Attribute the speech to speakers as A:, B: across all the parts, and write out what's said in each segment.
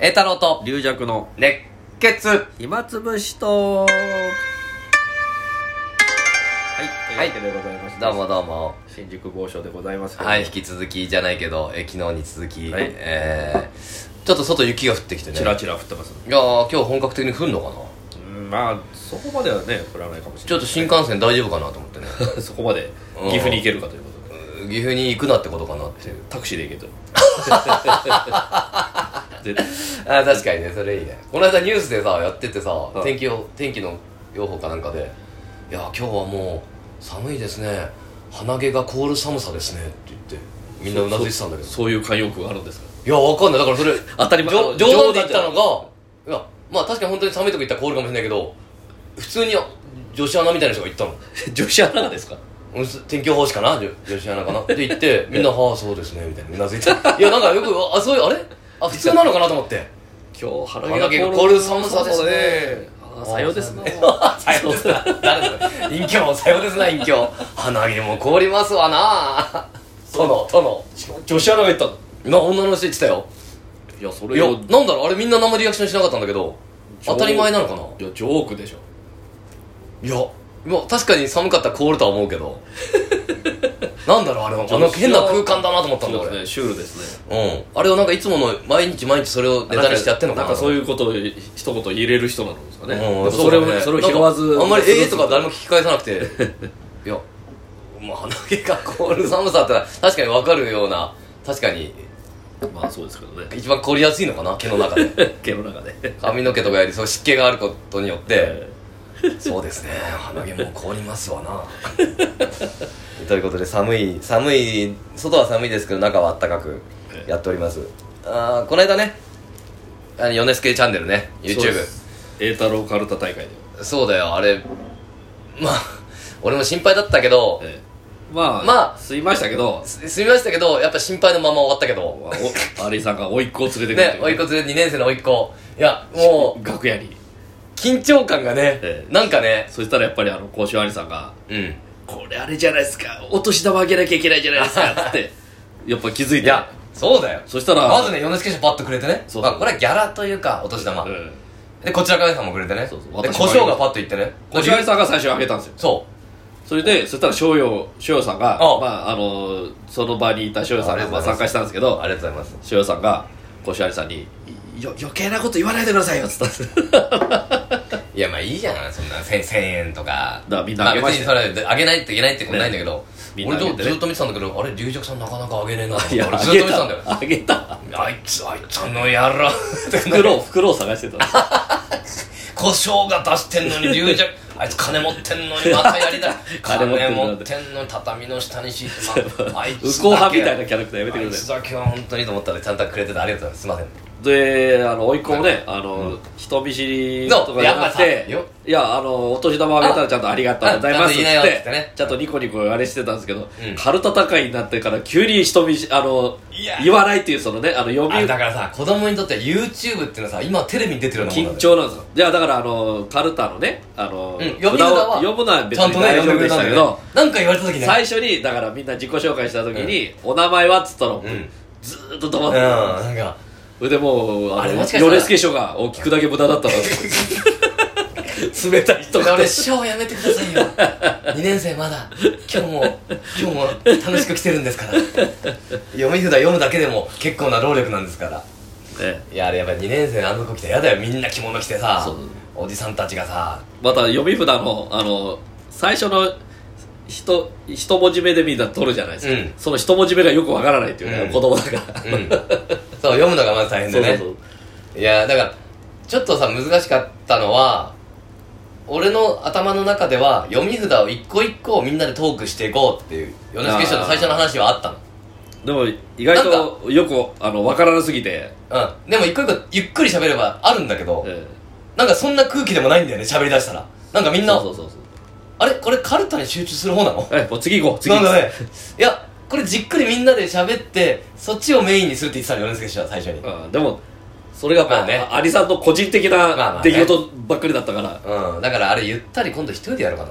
A: 栄太郎と
B: 龍弱の
A: 熱血は
B: 暇つぶしトークはい、
A: はい
B: というわけでございまして
A: どうもどうも
B: 新宿豪商でございますけど
A: はい引き続きじゃないけどえ昨日に続き、
B: はい
A: えー、ちょっと外雪が降ってきてね
B: チラチラ降ってます
A: いやー今日本格的に降るのかな
B: うんまあそこまではね降らないかもしれ
A: ちょ
B: な
A: っと
B: い
A: 新幹線大丈夫かなと思ってね
B: とそこまで
A: うん
B: 岐阜に行けるかということで
A: うん岐阜に行くなってことかなっていう
B: タクシーで 行けと絶対
A: あー確かにねそれいいねこの間ニュースでさやっててさ、
B: ん
A: 天気予天気の予報かなんかで「いやー今日はもう寒いですね鼻毛が凍る寒さですね」って言ってみんなうなずいてたんだけど
B: そういう慣用句があるんですか
A: いやわかんないだからそれ
B: 当たり前
A: じょ
B: 冗
A: 冗談
B: 談
A: で言ったの
B: じゃ
A: がいやまあ確かに本当に寒いとこ行ったら凍るかもしれないけど普通に女子アナみたいな人が言ったの
B: 女子アナがですか
A: うん天気予報士かな女女子アナかなって言 ってみんな「はあそうですね」みたいなうなずいていやなんかよくあそういうあれあ普通なのかなと思って
B: 今日
A: 鼻
B: 腹
A: 毛
B: 毛
A: が
B: が
A: 凍る寒さですね
B: あーさようです ね
A: あさようですな誰だ隠居もさようですな隠居鼻毛も凍りますわな殿殿
B: 女子アナが言ったの
A: な女の人言ってたよ
B: いやそ
A: い
B: れ
A: や
B: を
A: なんだろうあれみんな生リアクションしなかったんだけど当たり前なのかない
B: やジョークでしょ
A: いや、まあ、確かに寒かったら凍るとは思うけ どなんだろうあれはあの変な空間だなと思ったんだ
B: そうです
A: 俺
B: ねシュールですね
A: うんあれをなんかいつもの毎日毎日それをネタにしてやってんのかな
B: なんかそういうことを一言入れる人なんですかね、
A: うん、
B: それ
A: う
B: を
A: だね
B: それを拾わず
A: なんかあんまり「ええ」とか誰も聞き返さ なくていやまあ鼻毛が凍る寒さってのは確かに分かるような確かに
B: まあそうですけどね
A: 一番凍りやすいのかな毛の中で
B: 毛の中で
A: 髪の毛とかよりそう湿気があることによって
B: え
A: そうですね鼻毛も凍りますわな ということで寒い寒い外は寒いですけど中はあったかくやっておりますあーこの間ねあの米助チャンネルね
B: ーそうで
A: YouTube
B: す栄太郎カルタ大会で、
A: そうだよあれまあ俺も心配だったけど
B: ええまあ
A: まあ
B: 吸いましたけど
A: すすみましたけどやっぱ心配のまま終わったけど
B: おアリさんが甥っ子を連れてくる
A: ね
B: と
A: お
B: い
A: いうっ子連れ2年生のおいっ子いやもう
B: 楽屋に
A: 緊張感がね、
B: ええ
A: なんかね
B: そしたらやっぱりあの甲州アリさんが
A: うん
B: 「これあれじゃないですかお年玉あげなきゃいけないじゃないですか」つってやっぱ気づい
A: い
B: て
A: やそうだよ
B: そしたら
A: まずね米助師匠パッとくれてね
B: そうそ
A: ま
B: う
A: あこれはギャラというかお年玉、
B: うん
A: でこちらからさんもくれてね
B: そうそう
A: で
B: 私
A: 胡
B: も
A: 椒がパッといってね
B: 甲州アリさんが最初あげたんですよ
A: そう
B: それでそしたら翔陽翔陽さんが
A: ああ
B: まああのその場にいた翔陽さん
A: あり
B: が
A: がとうご
B: まあ
A: ざいます
B: 参加したんですけど
A: ありがとうございます
B: 翔陽さんが甲州アリさんに「よ余計なこと言わないでくださいよ」っつったんですだか
A: いやまあいいじゃんそんな1000 1000円とか
B: だからみんなあげま
A: 別
B: し
A: に
B: た
A: それあげないといけないってことないんだけど、
B: みんな
A: 俺
B: あげてね
A: とずっと見てたんだけどあれ龍尺さんなかなかあげねえなと
B: い
A: 思
B: や
A: って俺ずっと
B: あ
A: 見
B: げ
A: てたんだよ
B: たあげた
A: あいつあいつあの野郎
B: 袋を袋を探してたんです
A: 胡椒が出してんのに龍尺あいつ金持ってんのにまたやりたい金
B: 金持ってんの
A: 持ってんのに畳の下に敷い て、まあ、あいつ
B: 右後
A: だ
B: 派
A: け
B: みたいなキャラクターやめて
A: あ
B: く
A: い
B: だ
A: つ
B: さ
A: だけは本当にと思ったらちゃんとくれててありがとうございますすいません
B: いであの甥っ子もねあの、人見知りとかじゃなく
A: そうやっぱ
B: て
A: さよ
B: いやあのお年玉あげたらちゃんとありがとうございます
A: あちゃんと言
B: っ
A: いな
B: て
A: よっつってね
B: ちゃんとニコニコあれしてたんですけど、
A: うん
B: カルタ高いになってから急に人見知りあの
A: いや
B: 言わないっていうそのねあの読み
A: あだからさ子供にとっては YouTube っていうのはさ今テレビに出てるようなもんだ
B: 緊張なんですよじゃあだからあのカルタのねあの、
A: うん読み札は
B: 読むのは別
A: ちゃん
B: に
A: とね
B: 大丈
A: 読ん
B: 夫
A: でくれ
B: で
A: たん
B: した
A: だ
B: け
A: け
B: ど、
A: どなんか言われた時ね
B: 最初にだからみんな自己紹介した時に、お名前はっつったの、
A: ん
B: ずーっと止ま
A: う
B: っ
A: ん
B: てた、
A: なんか
B: それでもう
A: あ
B: あ
A: れ
B: の
A: もしかしたら
B: 米助師匠がお聞くだけ無駄だったの冷たい人 が
A: 俺師匠やめてくださいよ2 年生まだ今日も今日も楽しく来てるんですから読み札読むだけでも結構な労力なんですから
B: ね
A: いやあれやっぱ2年生のあの子来たらやだよみんな着物着てさ
B: そう
A: おじさんたちがさ
B: また読み札のあの最初の一一文字目でみんな取るじゃないですか、
A: うん
B: その一文字目がよくわからないっていうね、
A: うん
B: 子供だから、
A: うんそう読むのがまず大変で
B: そう
A: ね
B: そうそう
A: いやだからちょっとさ難しかったのは俺の頭の中では読み札を一個一個をみんなでトークしていこうっていう米助師匠の最初の話はあったの
B: でも意外とよくあのわからなすぎて、
A: うんでも一個一個ゆっくり喋ればあるんだけど、
B: え
A: なんかそんな空気でもないんだよね喋り出したらなんかみ
B: え
A: んな
B: そうそうそう
A: あれこれカルタに集中する方なの
B: そうええもう次行こう次
A: な
B: 行
A: ん
B: こう
A: か ねいやこれじっくりみんなで喋ってそっちをメインにするって言ってたの米助師匠は最初に
B: うんでもそれがま
A: まあ
B: あ
A: ね
B: ねアリさんの個人的
A: まあま
B: な
A: あね
B: 出来事ばっかりだったから
A: うんだからあれゆったり今度一人でやるかな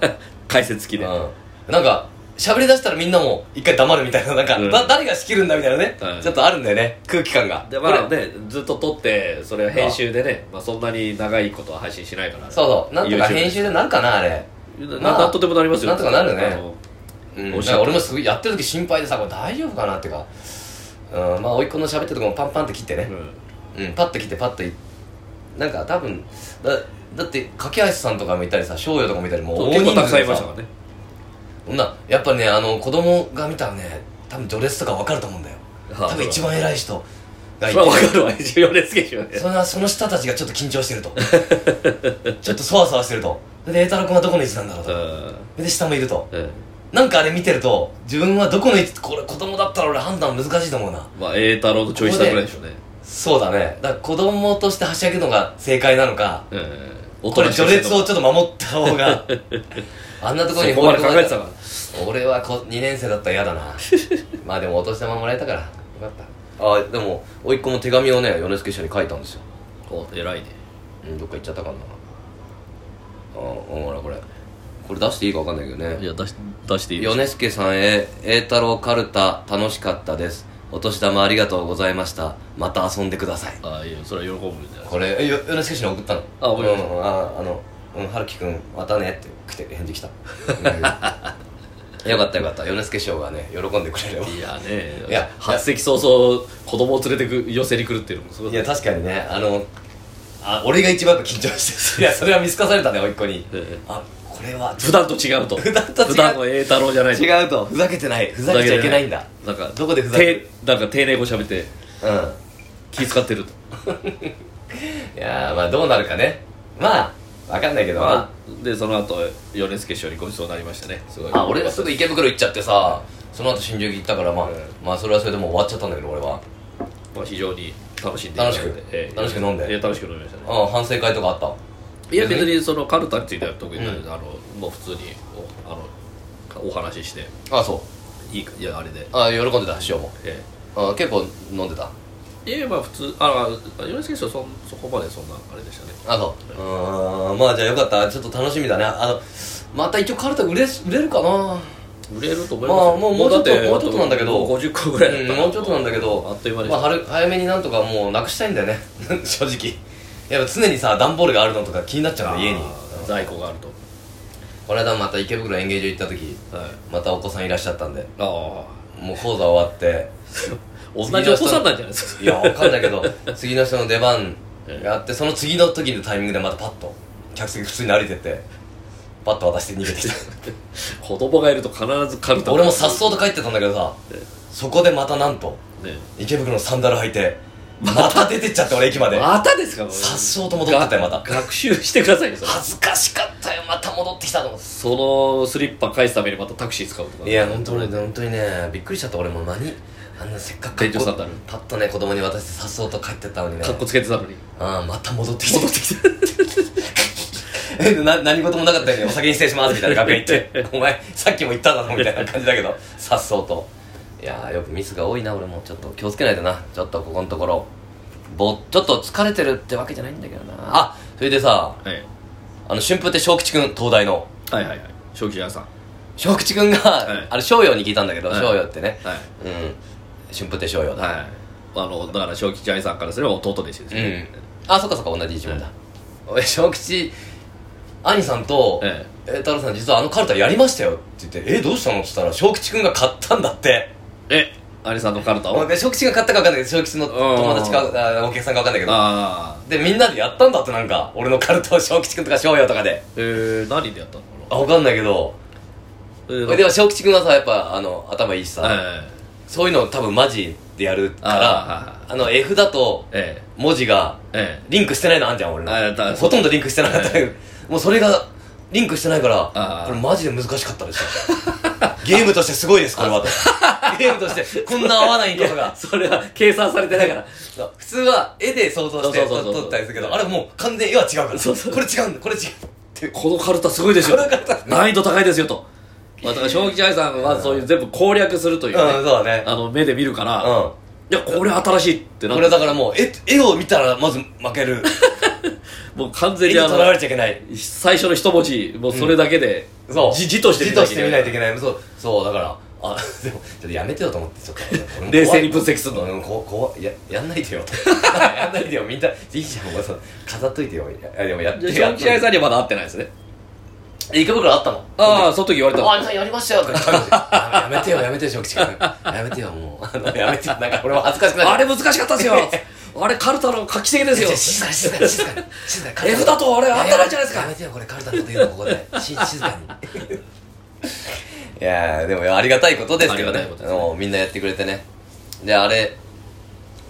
A: 俺
B: 解説付きで、
A: うん、なんか喋り出したらみんなも一回黙るみたいななんか、
B: うん
A: だ誰が仕切るんだみたいなね、
B: はい
A: ちょっとあるんだよね空気感が
B: でまあ
A: これ
B: ねずっと撮ってそれは編集でねまあ、そんなに長いことは配信しないから
A: そうそうなんとか
B: YouTube
A: 編集でなるかなあれ
B: な
A: まあ
B: なんとでもなりますよ
A: なんとかなるね
B: あの
A: うん、
B: おっしゃ
A: なんか
B: る
A: 俺もすごいやってる時心配でさこれ大丈夫かなっていうかうんまあ甥っ子の喋ってるとこもパンパンって切ってね、うんパッと切ってパッといなんか多分だだって架橋さんとかもいたりさ翔陽とかもいたりもう
B: うん、
A: 大
B: 結
A: 人数
B: 構
A: で
B: たくさんいましたからね
A: そんなやっぱねあの子供が見たらね多分序列とか分かると思うんだよ
B: はあ
A: 多分一番偉い人がい
B: そ
A: て
B: れは分かるわ14年付けはね
A: それはその人たちがちょっと緊張してると ちょっとそわそわしてるとで栄太郎君はどこの位置なんだろう
B: う
A: と
B: ん
A: で下もいると
B: うん
A: なんかあれ見てると自分はどこの位置これ子供だったら俺判断難しいと思うな
B: まあ栄太郎とちょい下ぐらいでしょうね
A: そうだねだから子供としてはしゃぐのが正解なのか
B: うん
A: これ序列をちょっと守った方が あんなところに
B: そこまで考
A: 放り込ま
B: えてた
A: れ
B: か
A: たら俺はこ2年生だったら嫌だな まあでもお年玉もらえたからよかったあでも甥っ子も手紙をね米助師匠に書いたんですよ、
B: らお偉いね
A: うん、どっか行っちゃったかなあほらこれこれ出していいか分かんないけどね
B: いや出し出していいです
A: 米助さんへ栄太郎かるた楽しかったですお年玉ありがとうございましたまた遊んでください
B: ああいやそれは喜ぶんじゃない
A: これえよ米助氏に送ったの
B: あ送りました
A: うん、ああのうん春樹君またねって来て返事来た、うんよかったよかった米助師匠がね喜んでくれれば
B: いやね
A: いや
B: 発席早々子供を連れてく寄せに来るっていうのもすごい
A: いや確かにねあのあ俺が一番やっぱ緊張してるいやそれは見透かされたね甥っ子に、
B: ええ
A: あこれは
B: 普段と違うと
A: 普段と違う
B: 普段の栄太郎じゃないと
A: 違うとふざけてないふざけちゃいけないんだ
B: なんか
A: どこでふざける
B: てなんか丁寧語喋って
A: うん
B: 気使ってると
A: いやーまあどうなるかねまあわかんないけどま
B: でその後米助師匠にご馳走になりましたねすごい
A: あ、あ俺がすぐ池袋行っちゃってさその後新宿行ったからまあ、
B: うん
A: まあそれはそれでもう終わっちゃったんだけど俺は
B: まあ、非常に楽しんで
A: 楽しく
B: いただいてええ
A: 楽しく飲んで
B: ええ楽しく飲みましたね
A: あ反省会とかあった
B: いや別にそのカルタについては特にないですあのもう普通におあのお話しして
A: あそう
B: いいかいやあれで
A: あ喜んでた師匠も
B: え
A: あ結構飲んでた
B: えいやまあ普通ああ米助師匠そんそこまでそんなあれでしたね
A: あそううんまあじゃあよかったちょっと楽しみだねあのまた一応カルタ売れ売れるかな
B: 売れると思い
A: ま
B: ま
A: あ
B: すよ
A: もうもうちょっと
B: だて
A: もうちょっとなんだけど
B: もう50個ぐらいだ
A: う
B: っ
A: ん
B: たら
A: もうちょっとなんだけど
B: あっという間でし
A: ま
B: た
A: あ、春早めになんとかもうなくしたいんだよね 正直やっぱ常にさ段ボールがあるのとか気になっちゃうんだ家に
B: あー在庫があると
A: この間また池袋演芸場行った時
B: はい
A: またお子さんいらっしゃったんで
B: あ
A: もう講座終わって
B: あ同じお子さんなんじゃないですか
A: いやわかんないけど次の人の出番やってその次の時のタイミングでまたパッと客席普通に歩いてってパッと渡して逃げてき
B: 子供がいると必ずカルタ
A: た俺もさっそうと帰ってたんだけどさそこでまたなんと
B: ね
A: 池袋のサンダル履いてまた出てっちゃって俺駅まで
B: またですか
A: さっそうと戻ってったよまた
B: 学習してくださいよそれ
A: 恥ずかしかったよまた戻ってきたと思って
B: そのスリッパ返すためにまたタクシー使うとか
A: いや本当に本当にねびっくりしちゃった俺も何あんなせっかく
B: 店長さんだろ
A: パッとね子供に渡してさっそうと帰ってったのにね
B: かっこつけてたのに
A: ああまた戻ってきて戻ってき てな何事もなかったようにお先に失礼しますみたいな楽屋行 ってお前さっきも言っただろみたいな感じだけどさっそうといやーよくミスが多いな俺もちょっと気をつけないとなちょっとここのところぼちょっと疲れてるってわけじゃないんだけどなあそれでさ
B: はい
A: あの春風亭昇吉君東大の
B: はいはいはい正気屋さん
A: 昇吉君が、
B: い
A: あれ翔陽に聞いたんだけど
B: はい
A: 翔陽、ってね、
B: はい
A: うん春風亭翔陽だ、
B: はいあのだから正吉愛さんからすれば弟弟子です
A: う
B: よ
A: ん
B: ね、
A: あそっかそっか同じ一面だ、俺小吉兄さんと
B: え
A: 「えー太郎さん実はあのカルタやりましたよ」って言って「えどうしたの?」って言ったら小吉君が買ったんだって
B: え兄さんのカルタを
A: なんか小吉が買ったか分かんないけど小吉の友達か
B: う
A: あーお客さんか分かんないけど
B: ああ
A: でみんなでやったんだってなんか俺のカルタを小吉君とか翔陽とかで
B: えー、何でやったのか
A: あ分かんないけど
B: なえー
A: でも小吉君はさやっぱあの頭いいしさ、
B: え
A: そういうの多分マジでやるからあ
B: あ
A: の絵札と
B: ええ
A: 文字が
B: ええ
A: リンクしてないのあんじゃん俺の
B: あだ
A: ほとんどリンクしてなかったけど、もうそれがリンクしてないから
B: あー
A: これマジで難しかったですよゲームとしてすごいですこれは とゲームとしてこんな合わないことが
B: それは計算されてないから
A: 普通は絵で想像して
B: そうそうそうそう
A: 撮ったりするけどあれもう完全に絵は違うから
B: そうそう
A: これ違うんだこれ違うって
B: このカルタすごいですよ
A: このカルタ
B: 難易度高いですよとまあだから正吉愛さんはそういう全部攻略するといううんね、
A: そうだね
B: あの目で見るから、
A: うん
B: いやこれ新しいってな
A: こ
B: っ
A: れ
B: て
A: だからもう絵絵を見たらまず負ける
B: もう完
A: 絵
B: 全
A: に
B: にあ
A: とらわれ
B: の
A: ちゃいけない
B: 最との一文字もうそれだけで、
A: そう
B: じじとして
A: じ
B: 見
A: と
B: な
A: し
B: き
A: て
B: ゃ
A: 見
B: いけ
A: な
B: ないい
A: といけないそうそうだからあでもちょっとやめてよと思ってちょっと俺も怖い
B: 冷静に分析するの
A: うんこ怖いややんないでよ やんないでよみんないいじゃんもうその飾っといてよいやでもやって
B: じゃあジ
A: や
B: ョン・キライさん
A: に
B: にはまだ会ってないですね
A: 池袋あったの
B: ああその時言われたの
A: あ、やりましたよとか言ったの やめてよ、やめてよ、食事やめてよ、も う。あのやめてよ、なんか俺も恥ずかしくなっちゃう
B: あれ難しかったですよあれカルタの画期的ですよ
A: 静かに静かに静かに静かに
B: F だとあれあんたないじゃないですか
A: やめてよこれカルタのこと言うのここ でし静かにいやーでもありがたいことですけど
B: あ
A: ね
B: りがたいことですね
A: もうみんなやってくれてねであれ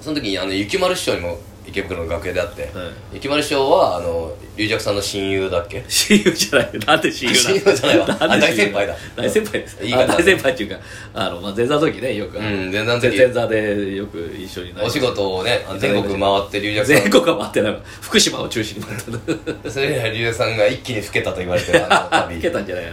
A: その時にあの雪丸師匠にも池袋の楽屋であって、雪丸師匠はあの龍尺さんの親友だっけ
B: 親友じゃないなんで親友なの
A: 親友じゃないわ
B: んで親友
A: あ大先輩だ
B: 大先輩です
A: いい
B: あ
A: 方だ
B: 大先輩っていうかあの、まあ、前座の時ねよく、
A: うん前座の時
B: 前座でよく一緒になり
A: お
B: まし
A: 仕
B: た
A: 事をね全国回って龍尺さん
B: 全国は回ってないわ福島を中心に回った
A: それ以来龍尺さんが一気に老けたと言われてる あの
B: い
A: 旅
B: けたんじゃない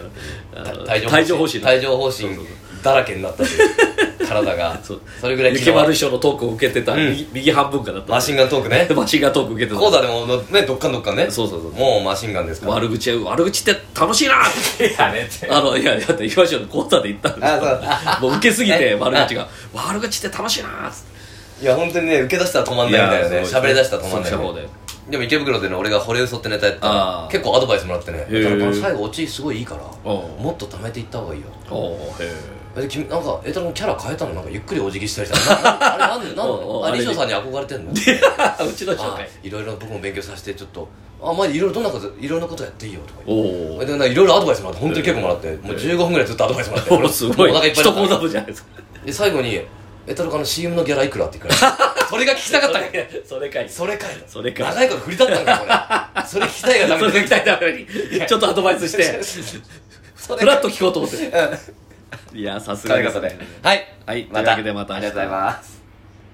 B: あのあの
A: 帯
B: 帯状疱疹の
A: 帯状疱疹だらけになったという体が
B: そう
A: それぐらい
B: 雪丸師匠のトークを受けてた、
A: うん
B: 右右半分かだった
A: マシンガントークね
B: マシンガントーク受けてた
A: コーダでもねどっかんどっかんね
B: そうそうそう
A: もうマシンガンですから
B: 悪口悪口って楽しいな
A: やめて
B: あのいやだって岩井師匠のコータで言ったんですよ
A: あ
B: もう受けすぎて
A: え
B: 悪口が悪口って楽しいなっつって
A: いや本当にね受け出したら止まんないみたいなね
B: いやそう
A: 喋り出したら止まんない
B: そっちの方で
A: でも池袋でね俺が「惚れ嘘」ってネタやったら
B: あー
A: 結構アドバイスもらってね
B: へー
A: だからこの最後オチすごいいいから
B: おう
A: もっと貯めていった方がいいよ
B: おおへえ
A: え君なんか栄太郎のキャラ変えたのなんかゆっくりお辞儀したりした ななあれなんでなん
B: おうおう
A: であ
B: あれ
A: リショさんに憧れてんの
B: あ うちの紹
A: あ
B: 介
A: いろいろ僕も勉強させてちょっとあまあいろいろどんなこといろんなことやっていいよとか言
B: お
A: って
B: お
A: でなんかいろいろアドバイスもらって本当に結構もらって、もう15分ぐらいずっとアドバイスもらって俺
B: すごい
A: もうお腹いっぱいだ
B: 一
A: った
B: 講座部じゃないですか
A: で最後に「えたろかの CM のギャラいくら?」って言うから それが聞きたかったね
B: それかい
A: それかい
B: それかい
A: 長いこと振り立ったんだこれ それ聞きたいがダ
B: そ
A: メ
B: れ
A: だ
B: が来たいためにちょっとアドバイスして
A: それ
B: フラッ
A: が
B: と聞こうと思って
A: うん
B: いやさす
A: 可
B: が
A: 愛か
B: で
A: った
B: す
A: ねはい
B: はい
A: ま
B: というわ
A: た
B: けでまた
A: ありがとうございます